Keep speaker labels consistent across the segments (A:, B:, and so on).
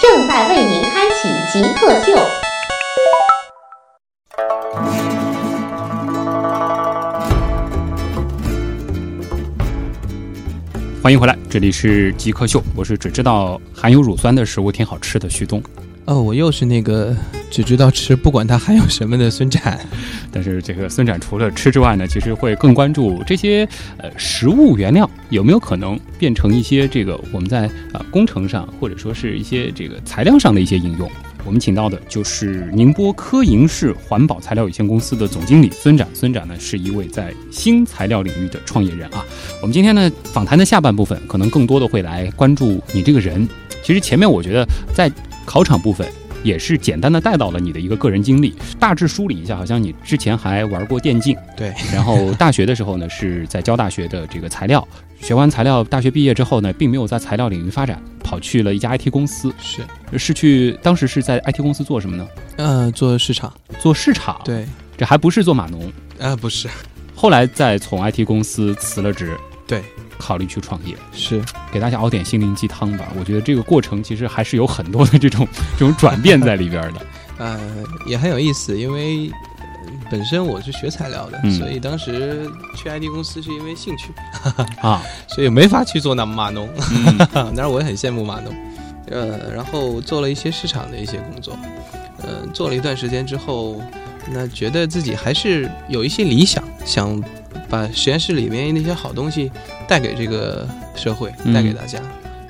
A: 正在为您开启极客秀。
B: 欢迎回来，这里是极客秀，我是只知道含有乳酸的食物挺好吃的旭东，
C: 哦，我又是那个只知道吃，不管它含有什么的孙展。
B: 但是这个孙展除了吃之外呢，其实会更关注这些呃食物原料有没有可能变成一些这个我们在呃工程上或者说是一些这个材料上的一些应用。我们请到的就是宁波科银市环保材料有限公司的总经理孙展。孙展呢是一位在新材料领域的创业人啊。我们今天呢访谈的下半部分，可能更多的会来关注你这个人。其实前面我觉得在考场部分也是简单的带到了你的一个个人经历，大致梳理一下，好像你之前还玩过电竞，
C: 对，
B: 然后大学的时候呢是在交大学的这个材料，学完材料，大学毕业之后呢，并没有在材料领域发展，跑去了一家 IT 公司，
C: 是，
B: 是去当时是在 IT 公司做什么呢？
C: 呃，做市场，
B: 做市场，，
C: 对，
B: 这还不是做码农。
C: 啊、不是，
B: 后来再从 IT 公司辞了职，
C: 对，
B: 考虑去创业。
C: 是，
B: 给大家熬点心灵鸡汤吧，我觉得这个过程其实还是有很多的这种这种转变在里边的。
C: 呃，也很有意思，因为呃本身我是学材料的，
B: 嗯
C: 所以当时去 IT 公司是因为兴趣，
B: 啊，
C: 所以没法去做那码农。
B: 嗯
C: 当然，我也很羡慕码农。呃，然后做了一些市场的一些工作，呃，做了一段时间之后，那觉得自己还是有一些理想，想把实验室里面那些好东西带给这个社会，
B: 嗯
C: 带给大家。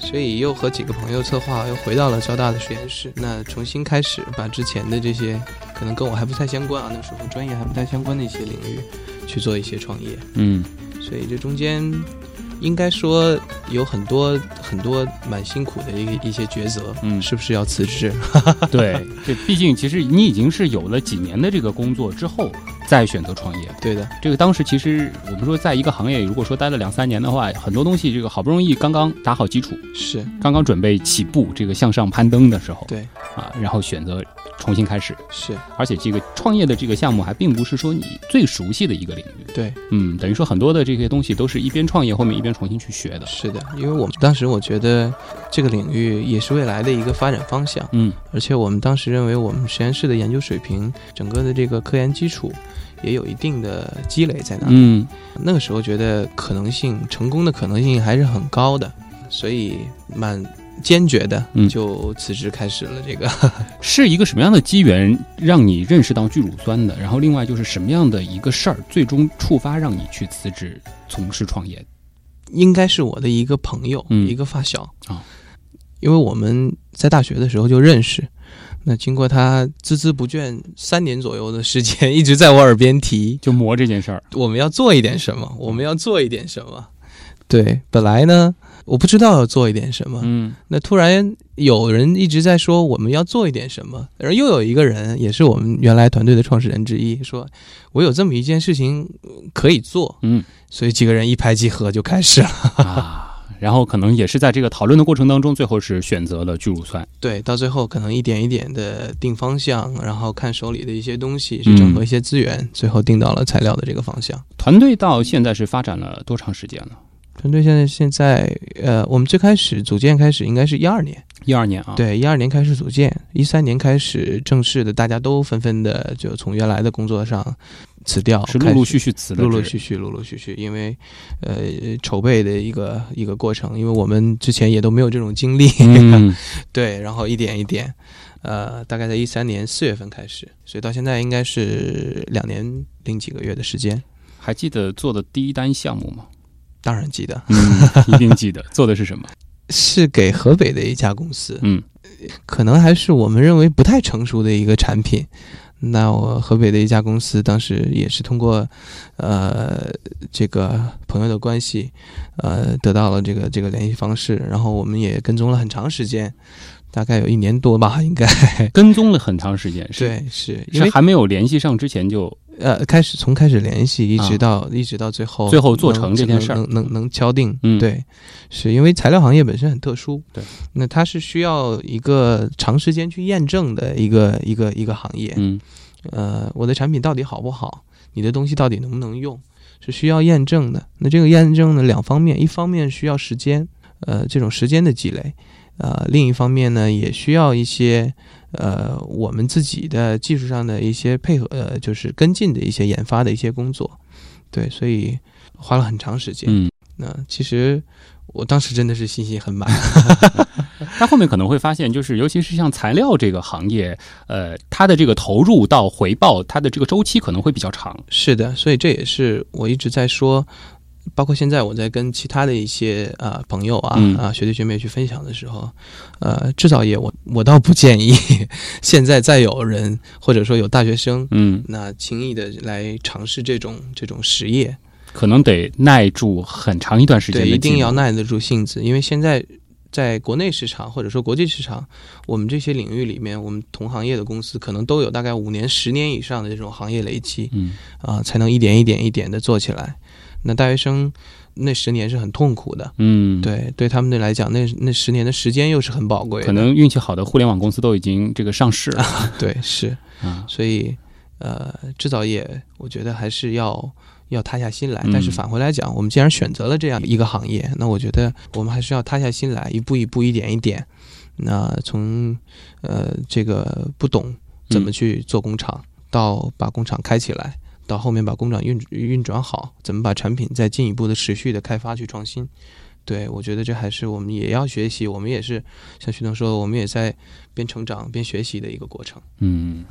C: 所以又和几个朋友策划，又回到了交大的实验室，那重新开始把之前的这些可能跟我还不太相关啊，那时候专业还不太相关的一些领域去做一些创业。
B: 嗯
C: 所以这中间应该说有很多很多蛮辛苦的一一些抉择，
B: 嗯，
C: 是不是要辞职？
B: 对，这毕竟其实你已经是有了几年的这个工作之后，再选择创业。
C: 对的，
B: 这个当时其实我们说，在一个行业如果说待了两三年的话，很多东西这个好不容易刚刚打好基础，
C: 是
B: 刚刚准备起步这个向上攀登的时候，
C: 对
B: 啊，然后选择重新开始，
C: 是，
B: 而且这个创业的这个项目还并不是说你最熟悉的一个领域。
C: 对
B: 嗯，等于说很多的这些东西都是一边创业后面一边重新去学的。
C: 是的，因为我们当时我觉得这个领域也是未来的一个发展方向，
B: 嗯
C: 而且我们当时认为我们实验室的研究水平，整个的这个科研基础也有一定的积累在那里。
B: 嗯
C: 那个时候觉得可能性成功的可能性还是很高的，所以蛮坚决的
B: 嗯
C: 就辞职开始了这个
B: 是一个什么样的机缘让你认识到聚乳酸的？然后另外就是什么样的一个事儿最终触发让你去辞职从事创业？
C: 应该是我的一个朋友，
B: 嗯
C: 一个发小
B: 啊
C: 因为我们在大学的时候就认识，那经过他孜孜不倦三年左右的时间，一直在我耳边提，
B: 就磨这件事儿。
C: 我们要做一点什
B: 嗯
C: 么，我们要做一点什么。对，本来呢，我不知道要做一点什么，
B: 嗯
C: 那突然有人一直在说我们要做一点什么，而又有一个人也是我们原来团队的创始人之一，说我有这么一件事情呃可以做，
B: 嗯
C: 所以几个人一拍即合就开始了。
B: 啊， 然后可能也是在这个讨论的过程当中，最后是选择了聚乳酸。
C: 对，到最后可能一点一点的定方向，然后看手里的一些东西，
B: 嗯
C: 去整合一些资源，最后定到了材料的这个方向。
B: 团队到现在是发展了多长时间了？
C: 团队现在现在，呃，我们最开始组建开始应该是一二年，
B: 一二年啊，，
C: 对，一二年开始组建，一三年开始正式的，大家都纷纷的就从原来的工作上辞掉，
B: 是陆陆续
C: 续。
B: 续辞的，
C: 陆陆续续，陆陆续续，因为，呃，筹备的一个一个过程，因为我们之前也都没有这种经历，
B: 嗯，
C: 对，然后一点一点，呃，大概在一三年四月份开始，所以到现在应该是两年零几个月的时间。
B: 还记得做的第一单项目 吗？
C: 当然记得
B: 嗯，一定记得做的是什么？
C: 是给河北的一家公司，
B: 嗯
C: 可能还是我们认为不太成熟的一个产品。那我河北的一家公司当时也是通过，呃，这个朋友的关系，呃，得到了这个这个联系方式，然后我们也跟踪了很长时间，大概有一年多吧，应该
B: 跟踪了很长时间，是
C: 对，是因
B: 是
C: 为
B: 还没有联系上之前就
C: 呃，开始从开始联系，一
B: 啊
C: 直到、一直到最后，
B: 最后做成这件事儿
C: 能能能能敲定，
B: 嗯
C: 对，是因为材料行业本身很特殊，
B: 对，
C: 那它是需要一个长时间去验证的一个一个一个行业，
B: 嗯
C: 呃，我的产品到底好不好，你的东西到底能不能用，是需要验证的。那这个验证呢，两方面，一方面需要时间，呃，这种时间的积累，呃，另一方面呢，也需要一些呃我们自己的技术上的一些配合，呃，就是跟进的一些研发的一些工作，对，所以花了很长时间。
B: 嗯，
C: 那其实我当时真的是信心很满，
B: 他后面可能会发现，就是尤其是像材料这个行业，呃，它的这个投入到回报，它的这个周期可能会比较长。
C: 是的，所以这也是我一直在说，包括现在我在跟其他的一些啊、呃朋友啊啊、
B: 嗯
C: 学弟学妹去分享的时候，呃，制造业我我倒不建议 现在再有人或者说有大学生
B: 嗯，
C: 那轻易的来尝试这种这种实业，
B: 可能得耐住很长一段时间的
C: 对，
B: 寂寞，
C: 一定要耐得住性子，因为现在。在国内市场或者说国际市场，我们这些领域里面，我们同行业的公司可能都有大概五年、十年以上的这种行业累积。
B: 嗯
C: 啊，才能一点一点一点的做起来。那大学生那十年是很痛苦的，
B: 嗯，。
C: 对，对他们的来讲，那那十年的时间又是很宝贵的。
B: 可能运气好的互联网公司都已经这个上市了
C: 对是，
B: 啊，
C: 所以呃，制造业我觉得还是要要踏下心来。但是
B: 嗯
C: 返回来讲，我们既然选择了这样一个行业，那我觉得我们还是要踏下心来，一步一步，一点一点。那从呃这个不懂怎么
B: 嗯
C: 去做工厂，到把工厂开起来，到后面把工厂运运转好，怎么把产品再进一步的持续的开发去创新。对，我觉得这还是我们也要学习，我们也是像徐总说的，我们也在边成长边学习的一个过程。
B: 嗯。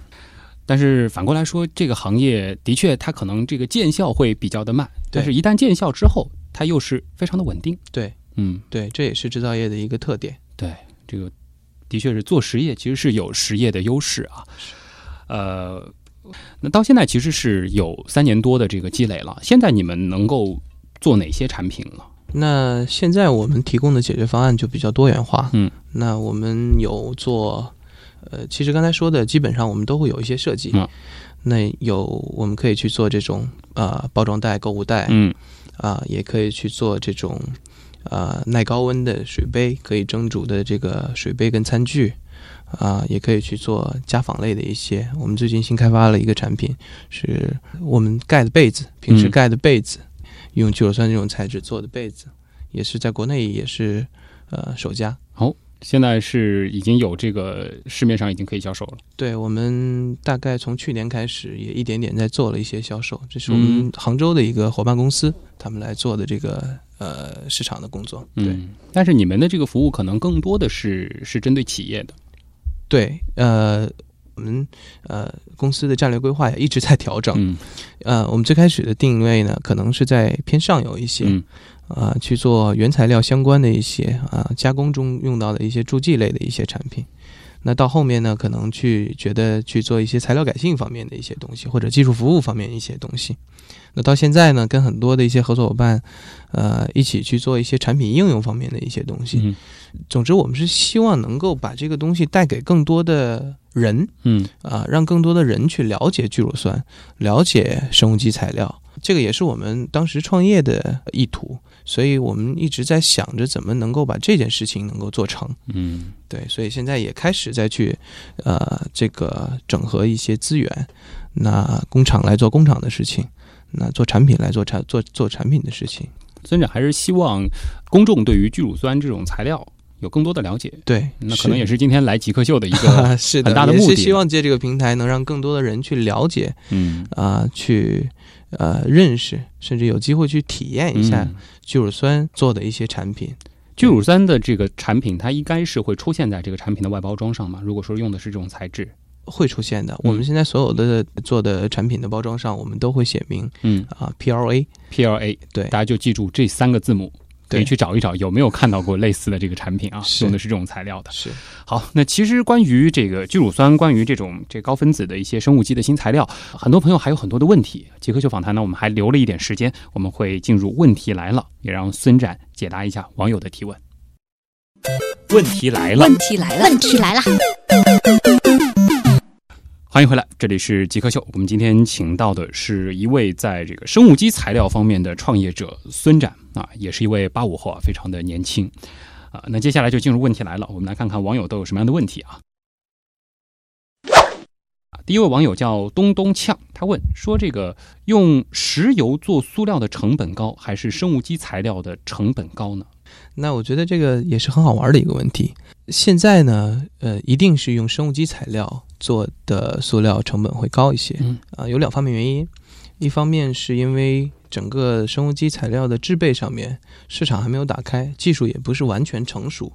B: 但是反过来说，这个行业的确它可能这个见效会比较的慢，但是一旦见效之后，它又是非常的稳定。
C: 对，
B: 嗯，
C: 对，这也是制造业的一个特点。
B: 对，这个的确是做实业其实是有实业的优势啊。呃，那到现在其实是有三年多的这个积累了，现在你们能够做哪些产品了？
C: 那现在我们提供的解决方案就比较多元化。
B: 嗯，
C: 那我们有做，呃，其实刚才说的，基本上我们都会有一些设计。
B: 嗯
C: 那有我们可以去做这种啊、呃包装袋、购物袋啊、
B: 嗯
C: 也可以去做这种啊耐高温的水杯，可以蒸煮的这个水杯跟餐具。啊，也可以去做家纺类的一些。我们最近新开发了一个产品，是我们盖的被子，平时
B: 嗯
C: 盖的被子，用聚铬酸这种材质做的被子，也是在国内也是呃首家。
B: 现在是已经有这个市面上已经可以销售了。
C: 对我们大概从去年开始，也一点点在做了一些销售。这是我们
B: 嗯
C: 杭州的一个伙伴公司，他们来做的这个呃市场的工作。对、
B: 嗯，但是你们的这个服务可能更多的是是针对企业的。
C: 对，呃，我们呃公司的战略规划也一直在调整。
B: 嗯
C: 呃，我们最开始的定位呢，可能是在偏上游一些，
B: 嗯
C: 啊、去做原材料相关的一些啊、加工中用到的一些助剂类的一些产品。那到后面呢，可能去觉得去做一些材料改性方面的一些东西，或者技术服务方面一些东西。那到现在呢，跟很多的一些合作伙伴，呃，一起去做一些产品应用方面的一些东西。
B: 嗯
C: 总之，我们是希望能够把这个东西带给更多的人，
B: 嗯
C: 啊，让更多的人去了解聚乳酸，了解生物基材料，这个也是我们当时创业的意图，所以我们一直在想着怎么能够把这件事情能够做成。
B: 嗯
C: 对，所以现在也开始再去，呃，这个整合一些资源，那工厂来做工厂的事情，那做产品来做产做做产品的事情。
B: 孙长还是希望公众对于聚乳酸这种材料有更多的了解。
C: 对，
B: 那可能也
C: 是啊
B: 是今天来极客秀的一 个，
C: 是的，
B: 很大的
C: 也
B: 目
C: 是
B: 的
C: 希望借这个平台能让更多的人去了解
B: 嗯，
C: 啊、去呃认识，甚至有机会去体验一下
B: 嗯
C: 聚乳酸做的一些产品。
B: 聚乳酸的这个产品，它应该是会出现在这个产品的外包装上嘛？如果说用的是这种材质，
C: 会出现的，我
B: 嗯
C: 们现在所有的做的产品的包装上，我们都会写明
B: 嗯
C: 啊 PLA，
B: ，PLA，
C: 对
B: 大家就记住这三个字母，可以
C: 对
B: 去找一找有没有看到过类似的这个产品啊，
C: 是
B: 用的是这种材料的。
C: 是
B: 好，那其实关于这个聚乳酸，关于这种这高分子的一些生物基的新材料，很多朋友还有很多的问题。极客秀访谈呢，我们还留了一点时间，我们会进入问题来了，也让孙展解答一下网友的提问。问题来了，
D: 问题来了，
E: 问题来了，
B: 欢迎回来，这里是极客秀。我们今天请到的是一位在这个生物基材料方面的创业者孙展啊，也是一位八五后啊，非常的年轻啊。那接下来就进入问题来了，我们来看看网友都有什么样的问题啊。啊第一位网友叫东东呛，他问说：“这个用石油做塑料的成本高，还是生物基材料的成本高呢
C: 那我觉得这个也是很好玩的一个问题。现在呢，呃，一定是用生物基材料做的塑料成本会高一些？”。
B: 嗯
C: 啊、有两方面原因，一方面是因为整个生物基材料的制备上面市场还没有打开，技术也不是完全成熟，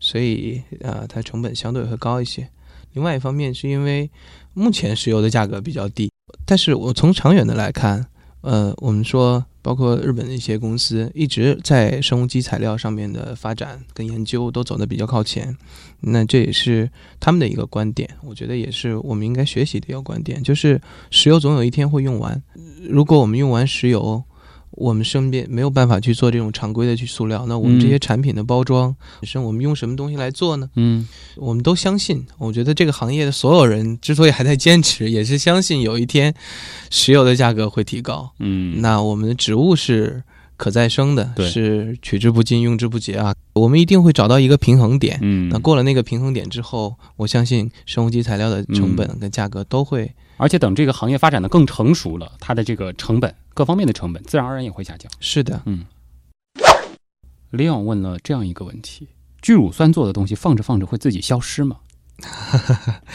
C: 所以啊、呃它成本相对会高一些。另外一方面是因为目前石油的价格比较低，但是我从长远的来看，呃，我们说包括日本的一些公司一直在生物基材料上面的发展跟研究都走得比较靠前，那这也是他们的一个观点，我觉得也是我们应该学习的一个观点，就是石油总有一天会用完。如果我们用完石油，我们身边没有办法去做这种常规的去塑料，那我们这些
B: 嗯
C: 产品的包装，本身我们用什么东西来做呢？
B: 嗯
C: 我们都相信，我觉得这个行业的所有人之所以还在坚持，也是相信有一天石油的价格会提高。
B: 嗯，
C: 那我们的植物是可再生的，
B: 对
C: 是取之不尽、用之不竭啊，我们一定会找到一个平衡点。
B: 嗯
C: 那过了那个平衡点之后，我相信生物基材料的成
B: 嗯
C: 本跟价格都会
B: 而且等这个行业发展的更成熟了，它的这个成本各方面的成本自然而然也会下降。
C: 是的。
B: Leon 问了这样一个问题：聚乳酸做的东西放着放着会自己消失吗？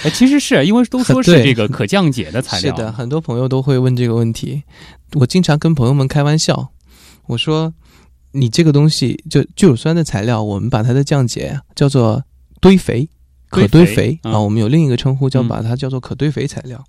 B: 哎，其实是因为都说是
C: 对
B: 这个可降解的材料，
C: 是的，很多朋友都会问这个问题。我经常跟朋友们开玩笑，我说：“你这个东西就聚乳酸的材料，我们把它的降解叫做堆肥，可
B: 堆
C: 堆
B: 肥
C: 肥
B: 嗯
C: 啊，我们有另一个称呼叫
B: 嗯
C: 把它叫做可堆肥材料。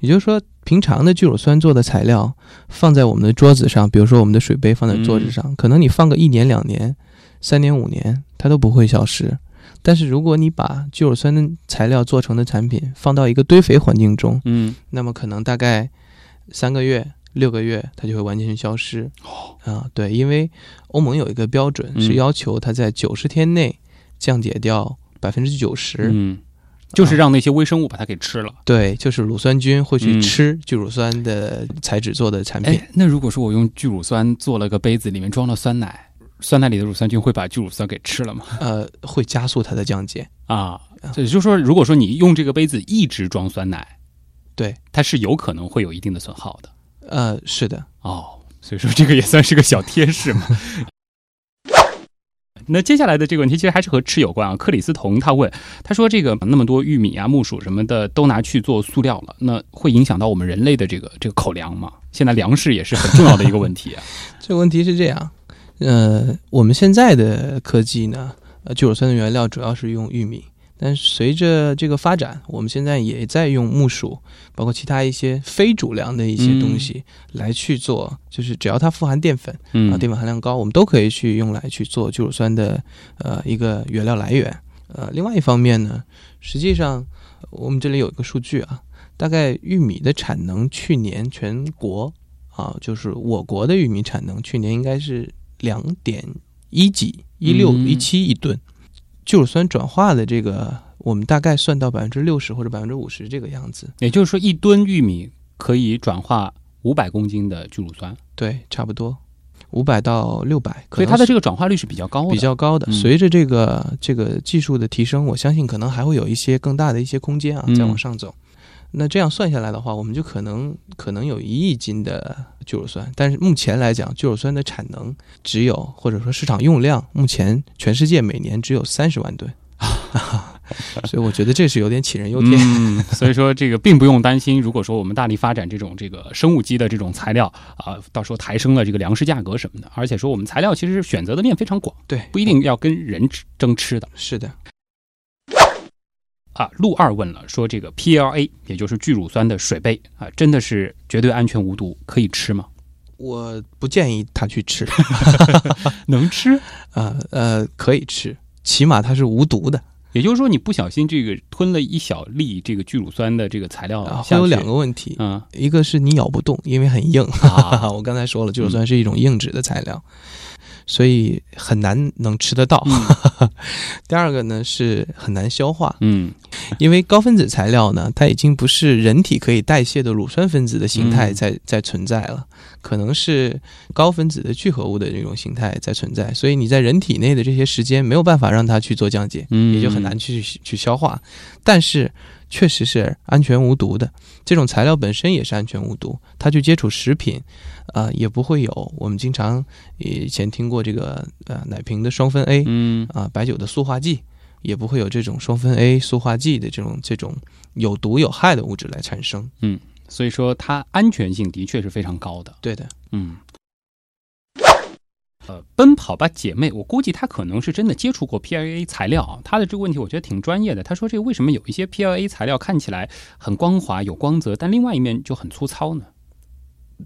C: 也就是说，平常的聚乳酸做的材料放在我们的桌子上，比如说我们的水杯放在桌子
B: 嗯
C: 上，可能你放个一年、两年、三年、五年，它都不会消失。但是如果你把聚乳酸的材料做成的产品放到一个堆肥环境中，
B: 嗯，
C: 那么可能大概三个月、六个月，它就会完全消失。哦，啊，对，因为欧盟有一个标准
B: 嗯
C: 是要求它在九十天内降解掉百分之九十。
B: 嗯，就是让那些微生物把它给吃了。
C: 对，就是乳酸菌会去
B: 嗯
C: 吃聚乳酸的材质做的产品。
B: 哎，那如果说我用聚乳酸做了个杯子，里面装了酸奶，酸奶里的乳酸菌会把聚乳酸给吃了吗？
C: 呃，会加速它的降解。
B: 啊，也就是说，如果说你用这个杯子一直装酸奶，
C: 对，
B: 它是有可能会有一定的损耗的。
C: 呃，是的，
B: 哦，所以说这个也算是个小贴士嘛。 那接下来的这个问题其实还是和吃有关啊。克里斯滕他问，他说这个那么多玉米啊、木薯什么的都拿去做塑料了，那会影响到我们人类的这个这个口粮吗？现在粮食也是很重要的一个问题啊。
C: 这个问题是这样。呃，我们现在的科技呢，呃，聚乳酸的原料主要是用玉米，但是随着这个发展，我们现在也在用木薯，包括其他一些非主粮的一些东西来去做，就是只要它富含淀粉啊，
B: 嗯，
C: 淀粉含量高，我们都可以去用来去做聚乳酸的呃一个原料来源。呃，另外一方面呢，实际上呃我们这里有一个数据啊，大概玉米的产能去年全国啊，就是我国的玉米产能去年应该是两点一几一六
B: 嗯
C: 一七亿吨，聚乳酸转化的这个我们大概算到百分之六十或者百分之五十这个样子，
B: 也就是说一吨玉米可以转化五百公斤的聚乳酸，
C: 对，差不多五百到六百，
B: 所以它的这个转化率是比较高的。
C: 比较高的。
B: 嗯
C: 随着这个这个技术的提升，我相信可能还会有一些更大的一些空间啊
B: 嗯，
C: 再往上走。那这样算下来的话，我们就可能可能有一亿斤的聚乳酸，但是目前来讲，聚乳酸的产能只有或者说市场用量，目前全世界每年只有三十万吨， 所以我觉得这是有点杞人忧天。
B: 嗯，所以说这个并不用担心。如果说我们大力发展这种这个生物基的这种材料啊、到时候抬升了这个粮食价格什么的，而且说我们材料其实选择的面非常广，
C: 对，
B: 不一定要跟人吃争吃的
C: 是的，
B: 啊。陆二问了，说这个 PLA 也就是聚乳酸的水杯啊，真的是绝对安全无毒，可以吃吗？
C: 我不建议他去吃。
B: 能吃，
C: 啊呃，可以吃，起码它是无毒的
B: 也就是说你不小心这个吞了一小粒这个聚乳酸的这个材料
C: 啊。
B: 哦下去，
C: 会有两个问题，
B: 嗯
C: 一个是你咬不动，因为很硬，
B: 啊
C: 我刚才说了，就算是一种硬质的材料。所以很难能吃得到。 第二个呢是很难消化，
B: 嗯
C: 因为高分子材料呢，它已经不是人体可以代谢的乳酸分子的形态
B: 嗯
C: 在、在存在了，可能是高分子的聚合物的这种形态在存在，所以你在人体内的这些时间没有办法让它去做降解，
B: 嗯，
C: 也就很难去去消化。但是确实是安全无毒的，这种材料本身也是安全无毒，它去接触食品，啊、也不会有我们经常以前听过这个呃奶瓶的双酚 A，
B: 嗯，
C: 啊、白酒的塑化剂，也不会有这种双酚 A 塑化剂的这种这种有毒有害的物质来产生。
B: 所以说它安全性的确是非常高的。
C: 对的，
B: 嗯，呃，奔跑吧姐妹，我估计她可能是真的接触过 PLA 材料啊。她的这个问题我觉得挺专业的。她说这个为什么有一些 PLA 材料看起来很光滑有光泽，但另外一面就很粗糙呢？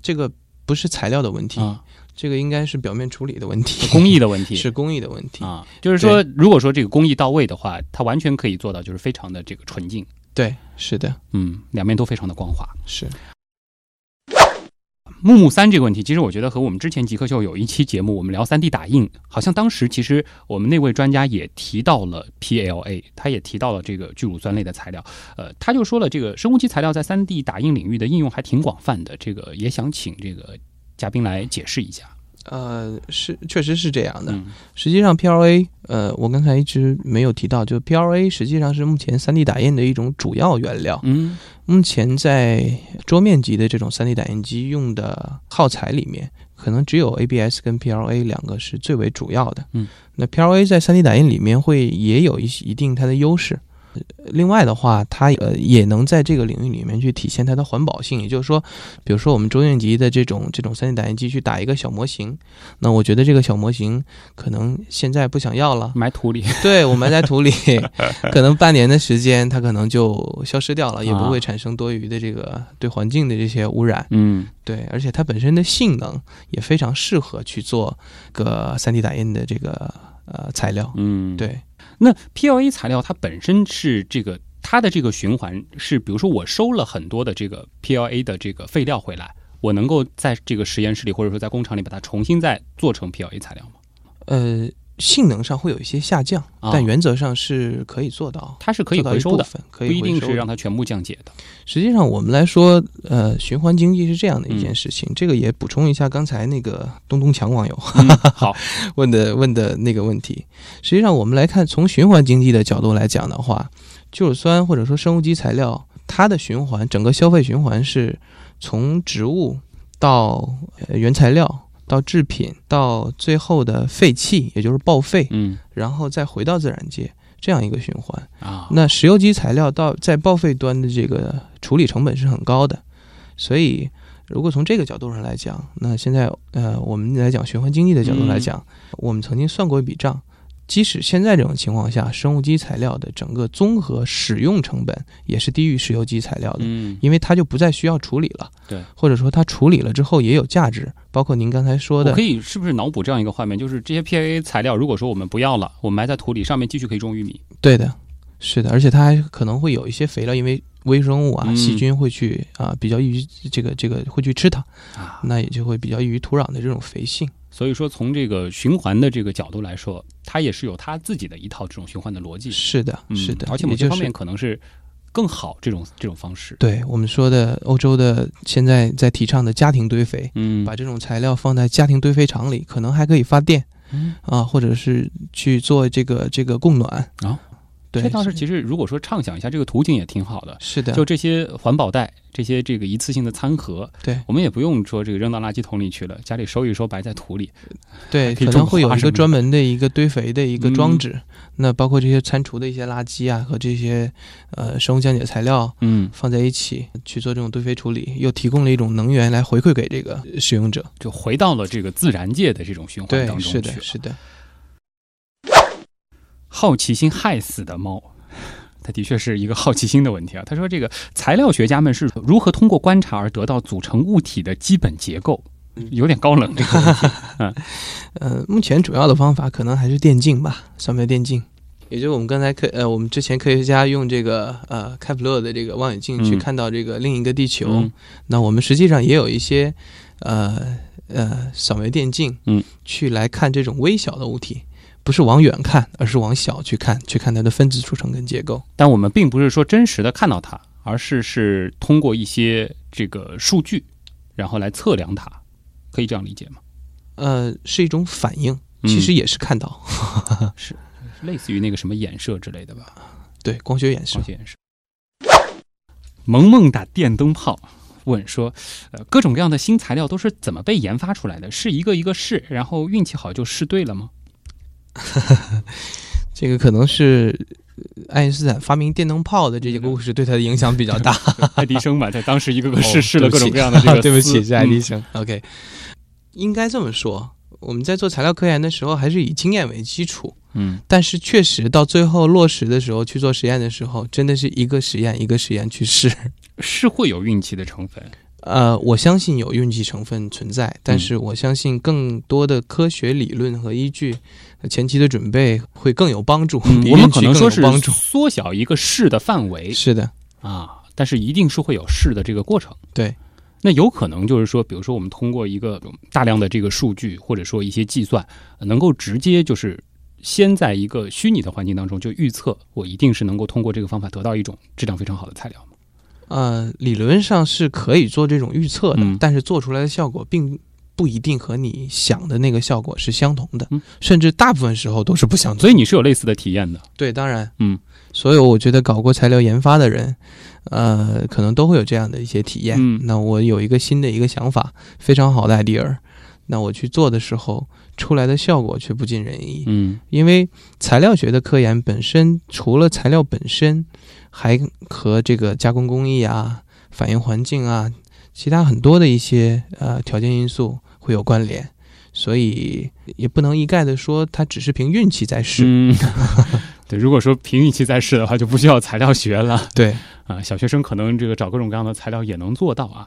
C: 这个不是材料的问题，
B: 啊，
C: 这个应该是表面处理的问题，
B: 工艺的问题
C: 是工艺的问题。
B: 啊，就是说如果说这个工艺到位的话，它完全可以做到就是非常的这个纯净，
C: 对，是的，
B: 嗯，两面都非常的光滑。
C: 是
B: 木木三这个问题，其实我觉得和我们之前极客秀有一期节目，我们聊三 D 打印，好像当时其实我们那位专家也提到了 PLA，他也提到了这个聚乳酸类的材料，呃，他就说了这个生物基材料在三 D 打印领域的应用还挺广泛的，这个也想请这个嘉宾来解释一下。
C: 呃，是确实是这样的。
B: 嗯
C: 实际上，PLA，呃，我刚才一直没有提到，就 PLA 实际上是目前 3D 打印的一种主要原料。
B: 嗯
C: 目前在桌面级的这种 3D 打印机用的耗材里面，可能只有 ABS 跟 PLA 两个是最为主要的。
B: 嗯，
C: 那 PLA 在 3D 打印里面会也有一些一定它的优势。呃另外的话，它呃也能在这个领域里面去体现它的环保性，也就是说，比如说我们桌面级的这种这种 3D 打印机去打一个小模型，那我觉得这个小模型可能现在不想要了，
B: 埋土里，
C: 对我埋 在土里，可能半年的时间，它可能就消失掉了，也不
B: 啊
C: 会产生多余的这个对环境的这些污染。
B: 嗯
C: 对，而且它本身的性能也非常适合去做个 3D 打印的这个呃材料。
B: 嗯，。
C: 对，
B: 那 PLA 材料它本身是这个它的这个循环是，比如说我收了很多的这个 PLA 的这个废料回来，我能够在这个实验室里或者说在工厂里把它重新再做成 PLA 材料吗？
C: 呃，性能上会有一些下降，
B: 啊
C: 但原则上是可以做到。
B: 它是可以
C: 做到一
B: 回收的
C: 部，分，可
B: 不一
C: 以回收
B: 定
C: 的
B: 是让它全部降 解的。
C: 实际上，我们来说，呃，循环经济是这样的一
B: 嗯
C: 件事情。这个也补充一下刚才那个东东强网友，
B: 嗯好，
C: 问的问的那个问题。实际上，我们来看，从循环经济的角度来讲的话，聚乳酸或者说生物基材料，它的循环，整个消费循环是从植物到呃原材料。到制品，到最后的废弃，也就是报废，
B: 嗯
C: 然后再回到自然界，这样一个循环。
B: 啊，
C: 那石油基材料到在报废端的这个处理成本是很高的，所以如果从这个角度上来讲，那现在呃我们来讲循环经济的角
B: 嗯
C: 度来讲，我们曾经算过一笔账，即使现在这种情况下，生物基材料的整个综合使用成本也是低于石油基材料的。
B: 嗯
C: 因为它就不再需要处理了，
B: 对，
C: 或者说它处理了之后也有价值，包括您刚才说
B: 我
C: 的
B: 可，以是不是脑补这样一个画面，就是这些 PLA 材料，如果说我们不要了，我们埋在土里，上面继续可以种玉米。
C: 对的，是的，而且它还可能会有一些肥料，因为微生物啊、
B: 嗯
C: 细菌会去啊、比较易于这个这个会去吃它，
B: 啊，
C: 那也就会比较易于土壤的这种肥性。
B: 所以说从这个循环的这个角度来说，它也是有它自己的一套这种循环的逻辑。
C: 是的，
B: 嗯
C: 是的，
B: 而且某
C: 也
B: 些
C: 就
B: 方面
C: 是
B: 可能是更好这种这种方式。
C: 对我们说的欧洲的现在在提倡的家庭堆肥，
B: 嗯
C: 把这种材料放在家庭堆肥厂里，可能还可以发电
B: 嗯
C: 啊，或者是去做这个这个供暖
B: 啊。
C: 对，
B: 这倒是其实如果说畅想一下这个途径也挺好的。
C: 是的，
B: 就这些环保袋，这些这个一次性的餐盒，
C: 对
B: 我们也不用说这个扔到垃圾桶里去了，家里收一收，埋在土里。
C: 对，
B: 可以
C: 可
B: 种
C: 能会有
B: 花
C: 一
B: 什么
C: 个
B: 的
C: 专门的一个堆肥的一个装
B: 嗯
C: 置，那包括这些餐厨的一些垃圾啊和这些呃生物降解材料
B: 嗯，
C: 放在一起去做这种堆肥处理，又提供了一种能源来回馈给这个呃使用者。
B: 就回到了这个自然界的这种循环
C: 对
B: 当，中去
C: 是的
B: 了，
C: 是的，
B: 好奇心害死的猫。它的确是一个好奇心的问题啊。他说，这个材料学家们是如何通过观察而得到组成物体的基本结构，
C: 嗯
B: 有点高冷这个问题。
C: 呃，目前主要的方法可能还是电竞吧，扫描电竞。也就是我们刚才科呃，我们之前科学家用这个呃开普勒的这个望远镜去
B: 嗯
C: 看到这个另一个地球，
B: 嗯
C: 那我们实际上也有一些呃呃扫描电镜，
B: 嗯，
C: 去来看这种微小的物体，不是往远看，而是往小去看，去看它的分子组成跟结构。
B: 但我们并不是说真实的看到它，而是是通过一些这个数据，然后来测量它，可以这样理解吗？
C: 呃，是一种反应，
B: 嗯
C: 其实也是看到，
B: 类似于那个什么衍射之类的吧，
C: 对光学衍射
B: 光。学衍射。萌萌打电灯泡问说，呃，各种各样的新材料都是怎么被研发出来的？是一个一个试，然后运气好就试对 了吗？
C: 这个可能是呃爱因斯坦发明电灯泡的这些故事对他的影响比较大。
B: 爱迪生吧，在当时一个个试
C: 哦
B: 试了各种各样的这 个丝，
C: 对不起，是爱迪
B: 嗯
C: 生。OK，应该这么说，我们在做材料科研的时候还是以经验为基础，
B: 嗯，
C: 但是确实到最后落实的时候去做实验的时候，真的是一个实验一个实验去试。
B: 是会有运气的成分。
C: 呃，我相信有运气成分存
B: 嗯
C: 在，但是我相信更多的科学理论和依据，呃前期的准备会更有帮助， 比
B: 嗯我们
C: 运
B: 可
C: 气
B: 能
C: 更
B: 说
C: 有
B: 是
C: 帮助。
B: 缩小一个试的范围
C: 是的，
B: 啊，但是一定是会有试的这个过程。
C: 对，
B: 那有可能就是说，比如说我们通过一个嗯大量的这个数据，或者说一些计算，呃能够直接就是先在一个虚拟的环境当中就预测，我一定是能够通过这个方法得到一种质量非常好的材料。
C: 呃，理论上是可以做这种预测的，
B: 嗯
C: 但是做出来的效果并不一定和你想的那个效果是相同的，
B: 嗯
C: 甚至大部分时候都是不相同。
B: 所以你是有类似的体验的。
C: 对，当然，
B: 嗯，
C: 所有我觉得搞过材料研发的人，呃，可能都会有这样的一些体验。
B: 嗯
C: 那我有一个新的一个想法，非常好的 idea，那我去做的时候，出来的效果却不尽人意。
B: 嗯
C: 因为材料学的科研本身，除了材料本身，还和这个加工工艺啊、反应环境啊、其他很多的一些呃条件因素会有关联，所以也不能一概的说它只是凭运气在试。
B: 嗯， 对，如果说凭运气再试的话，就不需要材料学了。
C: 对，
B: 啊，小学生可能这个找各种各样的材料也能做到啊。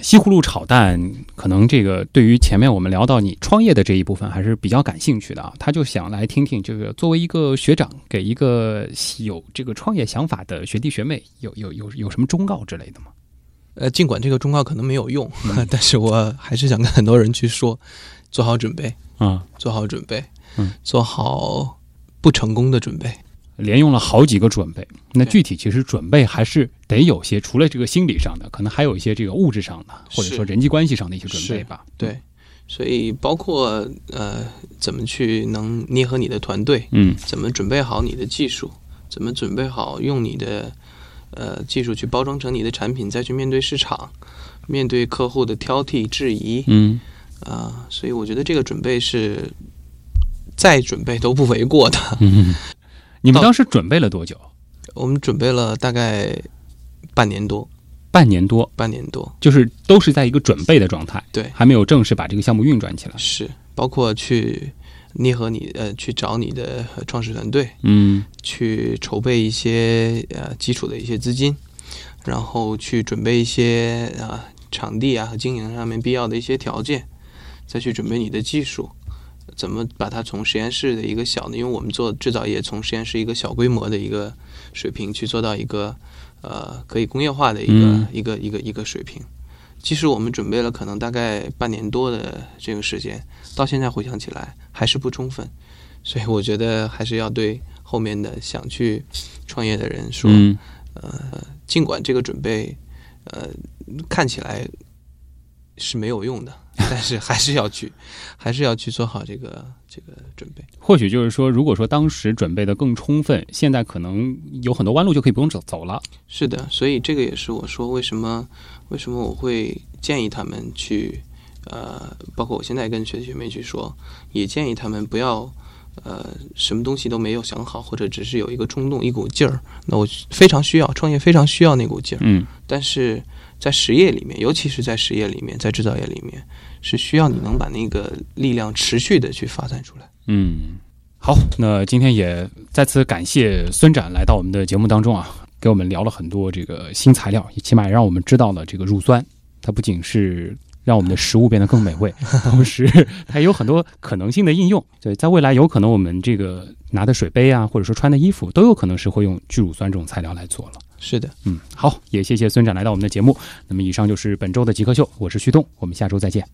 B: 西葫芦炒蛋，可能这个对于前面我们聊到你创业的这一部分还是比较感兴趣的啊。他就想来听听，这个作为一个学长，给一个有这个创业想法的学弟学妹，有有有有什么忠告之类的吗？
C: 呃，尽管这个忠告可能没有用，
B: 嗯
C: 但是我还是想跟很多人去说，做好准备，
B: 啊、
C: 做好准备，
B: 嗯，
C: 做好不成功的准备。
B: 连用了好几个准备。那
C: 对
B: 具体其实准备还是得有些，除了这个心理上的，可能还有一些这个物质上的，或者
C: 是
B: 说人际关系上的一些准备
C: 是
B: 吧。
C: 对，所以包括呃，怎么去能捏合你的团队，
B: 嗯，
C: 怎么准备好你的技术，怎么准备好用你的呃技术去包装成你的产品，再去面对市场，面对客户的挑剔质疑
B: 嗯
C: 啊、所以我觉得这个准备是再准备都不为过的。
B: 嗯嗯，你们
C: 到
B: 当时准备了多久？
C: 我们准备了大概半年多，
B: 半年多。
C: 半年多
B: 就是都是在一个准备的状态，
C: 对
B: 还没有正式把这个项目运转起来。
C: 是包括去捏合你呃去找你的呃创始团队。
B: 嗯
C: 去筹备一些呃基础的一些资金，然后去准备一些啊、呃场地啊和经营上面必要的一些条件，再去准备你的技术，怎么把它从实验室的一个小的，因为我们做制造业从实验室一个小规模的一个水平去做到一个呃可以工业化的一个、
B: 嗯
C: 一个一个一个水平。即使我们准备了可能大概半年多的这个时间，到现在回想起来还是不充分，所以我觉得还是要对后面的想去创业的人说，
B: 嗯，
C: 尽管这个准备，呃，看起来是没有用的，但是还是要去，还是要去做好这个这个准备。
B: 或许就是说，如果说当时准备的更充分，现在可能有很多弯路就可以不用走走了。
C: 是的，所以这个也是我说为什么为什么我会建议他们去，呃，包括我现在跟学弟学妹去说，也建议他们不要。呃，什么东西都没有想好，或者只是有一个冲动、一股劲儿，那我非常需要创业，非常需要那股劲儿。
B: 嗯，
C: 但是在实业里面，尤其是在实业里面，在制造业里面，是需要你能把那个力量持续的去发散出来。
B: 嗯，好，那今天也再次感谢孙展来到我们的节目当中啊，给我们聊了很多这个新材料，起码也让我们知道了这个乳酸，它不仅是。让我们的食物变得更美味， 同时它也有很多可能性的应用。对，在未来有可能我们这个拿的水杯啊，或者说穿的衣服，都有可能是会用聚乳酸这种材料来做了。
C: 是的，
B: 嗯，好，也谢谢孙展来到我们的节目。那么以上就是本周的极客秀，我是旭东，我们下周再见。